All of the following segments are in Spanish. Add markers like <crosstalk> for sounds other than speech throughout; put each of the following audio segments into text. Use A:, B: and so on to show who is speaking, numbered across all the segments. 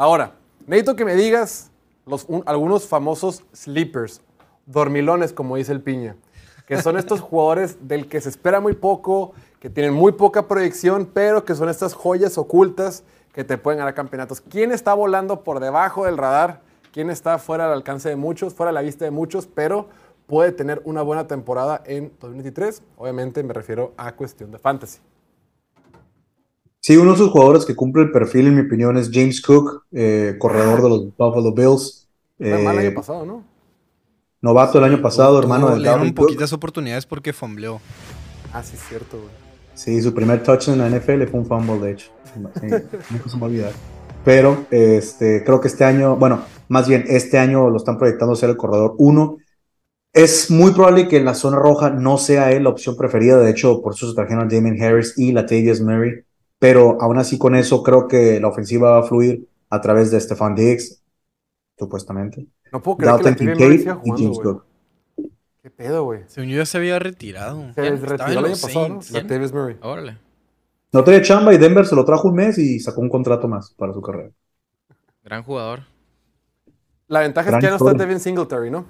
A: Ahora, necesito que me digas los, un- algunos famosos sleepers, dormilones, como dice el piña, que son
B: <laughs>
A: estos jugadores del que se espera muy poco, que tienen muy poca proyección, pero que son estas joyas ocultas que te pueden ganar campeonatos. ¿Quién está volando por debajo del radar? ¿Quién está fuera del alcance de muchos, fuera de la vista de muchos, pero puede tener una buena temporada en 2023? Obviamente me refiero a cuestión de fantasy.
B: Sí, uno de sus jugadores que cumple el perfil, en mi opinión, es James Cook, eh, corredor de los Buffalo Bills,
A: Fue mal el
B: eh,
A: año pasado, ¿no?
B: novato el año pasado, hermano
C: Tuvo-
B: del
C: le dieron
B: Dalvin Cook.
C: poquitas oportunidades porque fombleó.
A: Ah, sí, es cierto, güey.
B: Sí, su primer touchdown en la NFL fue un fumble, de hecho. Sí, <laughs> nunca se me va a olvidar. Pero este, creo que este año, bueno, más bien este año lo están proyectando ser el corredor 1. Es muy probable que en la zona roja no sea él la opción preferida. De hecho, por eso se trajeron a Damon Harris y Latavius Murray. Pero aún así, con eso, creo que la ofensiva va a fluir a través de Stefan Diggs, supuestamente.
A: No puedo creer
B: Dalton
A: que la Murray
B: Kincaid
A: siga
B: y
A: jugando,
B: James
A: güey.
B: Cook.
A: ¿Qué pedo, güey?
C: Según yo ya se había retirado.
A: Se les
D: Estaba en
A: retiró el año
D: los
A: pasado, ¿no?
D: Saints,
A: La
D: ¿no?
A: Davis Murray.
D: Órale.
B: No tenía chamba y Denver se lo trajo un mes y sacó un contrato más para su carrera.
D: Gran jugador.
A: La ventaja es
B: Gran
A: que ya no está
B: historia.
A: Devin Singletary, ¿no?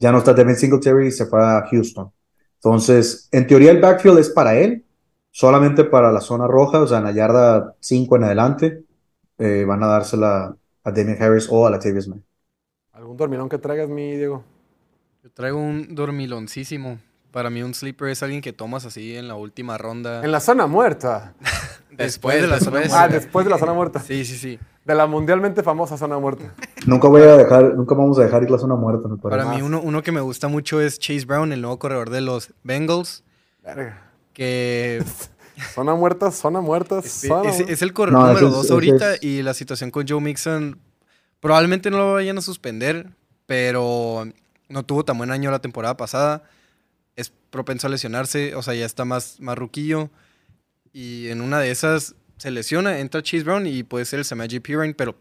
B: Ya no está Devin Singletary y se fue a Houston. Entonces, en teoría el backfield es para él, solamente para la zona roja, o sea, en la yarda 5 en adelante, eh, van a dársela a Damien Harris o a la Tavis May.
A: Algún dormilón que traigas, mi Diego.
C: Yo traigo un dormiloncísimo. Para mí un sleeper es alguien que tomas así en la última ronda.
A: En la zona muerta.
C: Después de la zona
D: después.
A: Ah,
C: muerta.
A: después de la zona muerta.
C: Sí, sí, sí.
A: De la mundialmente famosa zona muerta.
B: Nunca voy a dejar, nunca vamos a dejar ir la zona muerta, me parece.
C: Para mí uno, uno que me gusta mucho es Chase Brown, el nuevo corredor de los Bengals.
A: Verga.
C: Que
A: Zona muerta, zona muerta,
C: es,
A: zona
C: es-
A: muerta.
C: es el corredor
B: No, ese
C: número
B: es-
C: 2
B: ese
C: ahorita
B: es-
C: y la situación con Joe Mixon probablemente no lo vayan a suspender, pero no tuvo tan buen año la temporada pasada. Es propenso a lesionarse, o sea, ya está más, más ruquillo. Y en una de esas se lesiona, entra Chase Brown y puede ser el Samaje Piran, pero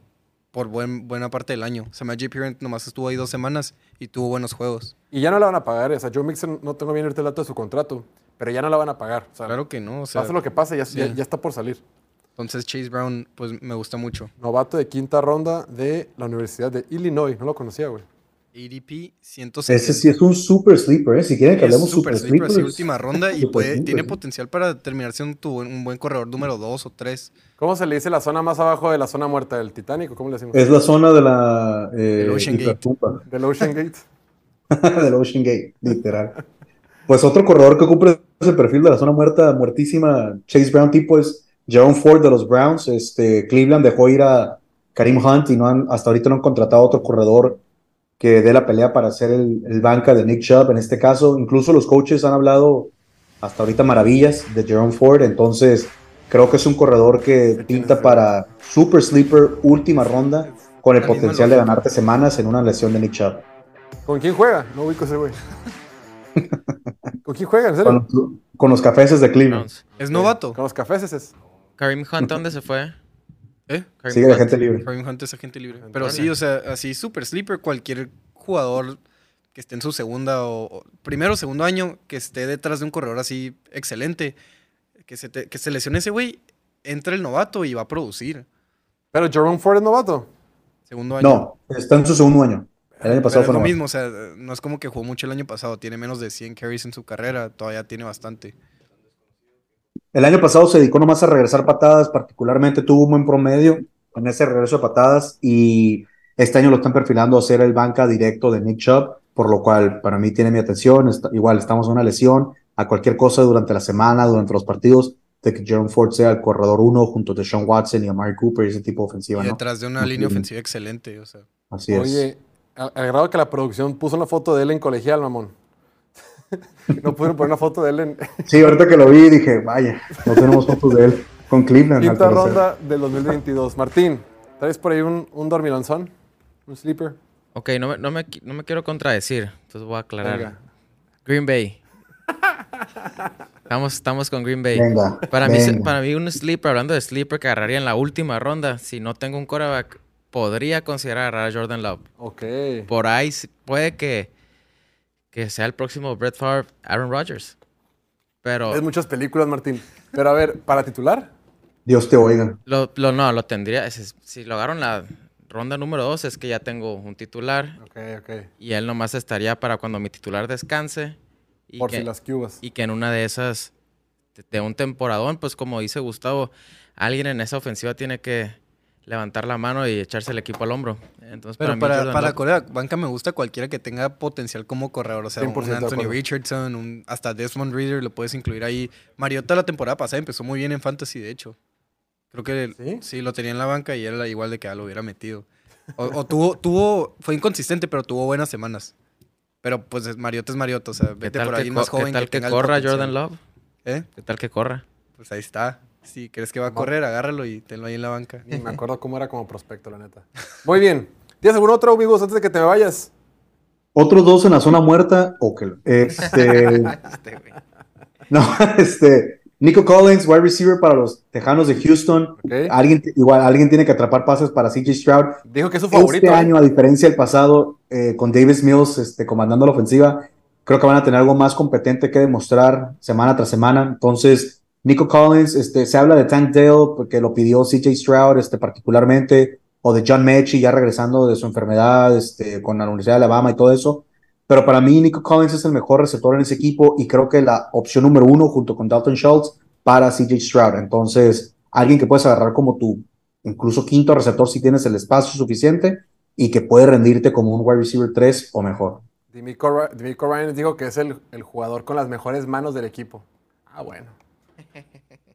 C: por buen, buena parte del año. Samaje Piran nomás estuvo ahí dos semanas y tuvo buenos juegos.
A: Y ya no la van a pagar. eh. O sea, Joe Mixon, no tengo bien ahorita el dato de su contrato, pero ya no la van a pagar. O sea,
C: Claro que no, o sea,
A: pase lo que pase, ya,
C: sí.
A: ya- ya está por salir.
C: entonces Chase Brown pues me gusta mucho.
A: Novato de quinta ronda de la Universidad de Illinois. No lo conocía, güey.
C: ADP 170.
B: Ese sí es un super sleeper, ¿eh? Si quieren que
C: Es
B: hablemos
C: super
B: super
C: sleeper, así,
B: sleepers,
C: última ronda
B: <laughs>
C: y
B: super
C: puede-
B: sleeper,
C: tiene
B: sí.
C: potencial para terminar siendo tu buen- un buen corredor número 2 o 3.
A: ¿Cómo se le dice la zona más abajo de la zona muerta del Titánico? ¿Cómo le decimos?
B: es la zona de la eh,
C: Del Ocean Gate.
B: infratumba.
A: Del Ocean Gate.
B: <laughs> del Ocean Gate, literal. Pues otro corredor que cumple ese perfil de la zona muerta, muertísima, Chase Brown tipo es Jerome Ford de los Browns. Este, Cleveland dejó ir a Karim Hunt y no han, hasta ahorita no han contratado a otro corredor que dé la pelea para ser el, el banca de Nick Chubb en este caso. Incluso los coaches han hablado hasta ahorita maravillas de Jerome Ford, entonces creo que es un corredor que pinta para Super Sleeper última ronda con el
C: La misma
B: potencial de
C: lógica.
B: ganarte semanas en una lesión de Nick Chubb.
A: ¿Con quién juega? No ubico ese güey. <laughs> ¿Con quién juega? ¿En serio?
B: con, los- con los cafeses de Cleveland.
D: Browns.
C: Es novato.
A: Con los cafés ese es.
D: Karim Hunt, ¿a ¿dónde se fue?
C: ¿Eh?
D: Kareem
B: Sigue la
D: Hunt.
B: gente libre.
C: Kareem Hunt es agente libre.
A: Órale.
C: Pero sí, o sea, así super sleeper, cualquier jugador que esté en su segunda o, o primero o segundo año, que esté detrás de un corredor así excelente, que se, te- que se lesione ese güey, entra el novato y va a producir.
A: Pero Jerome Ford es novato.
C: Segundo año.
B: No, está en su segundo año. El año
C: Pero
B: pasado
C: es
B: fue
C: lo
B: novato.
C: mismo, o sea, no es como que jugó mucho el año pasado, tiene menos de 100 carries en su carrera, todavía tiene bastante.
B: El año pasado se dedicó nomás a regresar patadas, particularmente tuvo un buen promedio en ese regreso de patadas y este año lo están perfilando a ser el banca directo de Nick Chubb, por lo cual para mí tiene mi atención. Está- igual estamos en una lesión a cualquier cosa durante la semana, durante los partidos, de que Jerome Ford sea el corredor uno junto a Sean Watson y a Mark Cooper y ese tipo de ofensiva,
C: y
B: ¿no?
C: detrás de una
B: Ujú.
C: línea ofensiva excelente, o sea.
B: Así es.
A: Oye, al, al grado que la producción puso una foto de él en colegial, mamón. <laughs> no pudieron poner una foto de él en
B: Sí, ahorita que lo vi dije, vaya, no tenemos fotos de él con Cleveland. al
A: quinta
B: parecer.
A: ronda del 2022. Martín, ¿traes por ahí un, un dormilonzón? ¿Un sleeper?
D: Ok, no me, no, me, qui- no me quiero contradecir, entonces voy a aclarar.
A: Venga.
D: Green Bay. Estamos, estamos con Green Bay.
B: Venga,
D: Para mí, se-
B: venga.
D: para mí un sleeper, hablando de sleeper, que agarraría en la última ronda, si no tengo un quarterback, podría considerar agarrar a Jordan Love.
A: Ok.
D: Por ahí s- puede que, que sea el próximo Brett Favre, Aaron Rodgers. Pero
A: Es muchas películas, Martín. Pero a ver, ¿para titular?
B: Dios te oiga.
D: Lo, lo- no, lo tendría. es- si lo agarraron la ronda número dos, es que ya tengo un titular
A: Ok, ok.
D: y él nomás estaría para cuando mi titular descanse. Y
A: Por
D: que-
A: si las cubas.
D: y que en una de esas, de- de un temporadón, pues como dice Gustavo, alguien en esa ofensiva tiene que levantar la mano y echarse el equipo al hombro. Entonces,
C: Pero
D: mí
C: para,
D: Jordan
C: para
D: Love-
C: Corea, banca me gusta cualquiera que tenga potencial como corredor. O sea,
A: 100%
C: un
A: de
C: Anthony
A: acuerdo.
C: Richardson, un- hasta Desmond Reader lo puedes incluir ahí. Mariota la temporada pasada empezó muy bien en Fantasy, de hecho. Creo que
A: ¿Sí?
C: ¿Sí? lo tenía en la banca y era igual de que ah, lo hubiera metido. O, o tuvo, <laughs> tuvo, fue inconsistente, pero tuvo buenas semanas. Pero pues es- Mariota es Mariota, o sea,
D: ¿Qué
C: vete
D: tal
C: por
D: que,
C: alguien
D: co-
C: más
D: qué
C: joven.
D: tal que
C: tenga el
D: corra
C: potencial.
D: Jordan Love?
C: ¿Eh?
D: ¿Qué tal que corra?
C: Pues ahí está. Si crees que va a correr, agárralo y tenlo ahí en la banca.
A: Ni me acuerdo cómo era como prospecto, la neta. Muy bien. ¿Tienes algún otro, amigos, antes de que te me vayas?
B: Otros dos en la zona muerta, ok. Este,
D: <laughs> Este güey.
B: no, este, Nico Collins, wide receiver para los Tejanos de Houston.
A: Ok.
B: Alguien, igual, alguien tiene que atrapar pases para CJ Stroud.
A: Dijo que es su favorito.
B: Este
A: ¿eh?
B: año, a diferencia del pasado, eh, con Davis Mills este, comandando la ofensiva, creo que van a tener algo más competente que demostrar semana tras semana. Entonces, Nico Collins, este, se habla de Tank Dale porque lo pidió CJ Stroud este, particularmente, o de John Mechie ya regresando de su enfermedad este, con la Universidad de Alabama y todo eso. Pero para mí, Nico Collins es el mejor receptor en ese equipo y creo que la opción número uno junto con Dalton Schultz para CJ Stroud. Entonces, alguien que puedes agarrar como tu incluso quinto receptor si tienes el espacio suficiente y que puede rendirte como un wide receiver 3 o mejor.
A: D'Amico Ry- D'Amico Ryan dijo que es el, el jugador con las mejores manos del equipo. Ah,
B: <laughs>
A: bueno.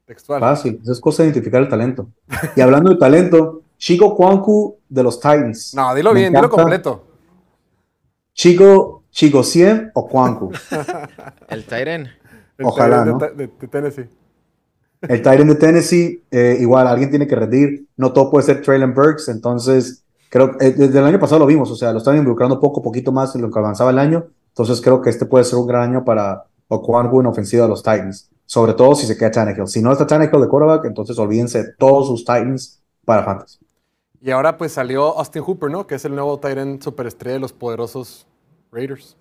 A: Textual.
B: Fácil, eso es cosa de identificar el talento. Y hablando de talento, Chico Kwanku de los Titans.
A: No, dilo
B: Me
A: bien, dilo
B: encanta.
A: completo.
B: Chico, Chico 100 o Kwanku.
D: El Tyren.
A: El
B: Ojalá,
A: de-
B: ¿no?
A: de, de- de Tennessee.
B: El Titan de Tennessee, eh, igual alguien tiene que rendir. No todo puede ser Traylon Burks. Entonces, creo que eh, desde el año pasado lo vimos. O sea, lo estaban involucrando poco a poquito más en lo que avanzaba el año. Entonces, creo que este puede ser un gran año para Okwangu en ofensiva de los Titans. Sobre todo si se queda Tannehill. Si no está Tannehill de quarterback, entonces olvídense de todos sus Titans para Fantasy.
A: Y ahora pues salió Austin Hooper, ¿no? Que es el nuevo Tyrant superestrella de los poderosos Raiders.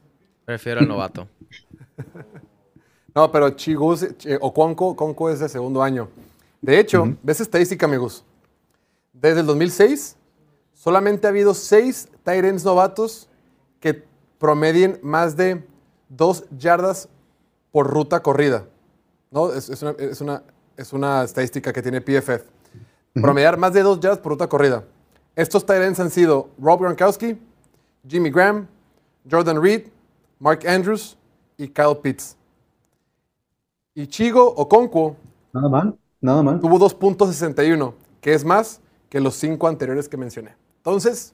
C: <laughs>
D: Prefiero al novato.
A: No, pero Chigus Ch- eh, o Conco, Conco es de segundo año. De hecho, ves estadística, amigos. Desde el 2006, solamente ha habido seis Tyrants novatos que promedien más de dos yardas por ruta corrida. ¿No? Es, es una, es una- es una estadística que tiene PFF. Promediar más de dos yardas por ruta corrida. Estos Tyrants han sido Rob Gronkowski, Jimmy Graham, Jordan Reed, Mark Andrews y Kyle Pitts. Y Chigo Okonkwo
B: Nada mal, nada mal.
A: tuvo 2.61, que es más que los cinco anteriores que mencioné. Entonces,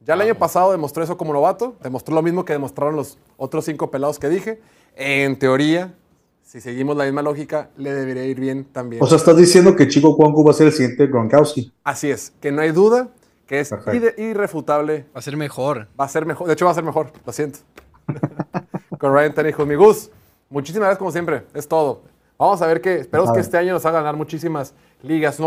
A: ya el año pasado demostró eso como novato, demostró lo mismo que demostraron los otros cinco pelados que dije. En teoría, si seguimos la misma lógica, le debería ir bien también.
B: O sea, estás diciendo que Chico Kwanku va a ser el siguiente Gronkowski.
A: Así es, que no hay duda, que es
B: Perfecto.
A: ide- irrefutable
C: Va a ser mejor.
A: Va a ser mejor. De hecho, va a ser mejor. Lo siento. <laughs> Con Ryan Tannehill. Mi Gus, muchísimas gracias como siempre. Es todo. Vamos a ver que esperamos
B: Ajá.
A: que este año nos haga ganar muchísimas ligas. No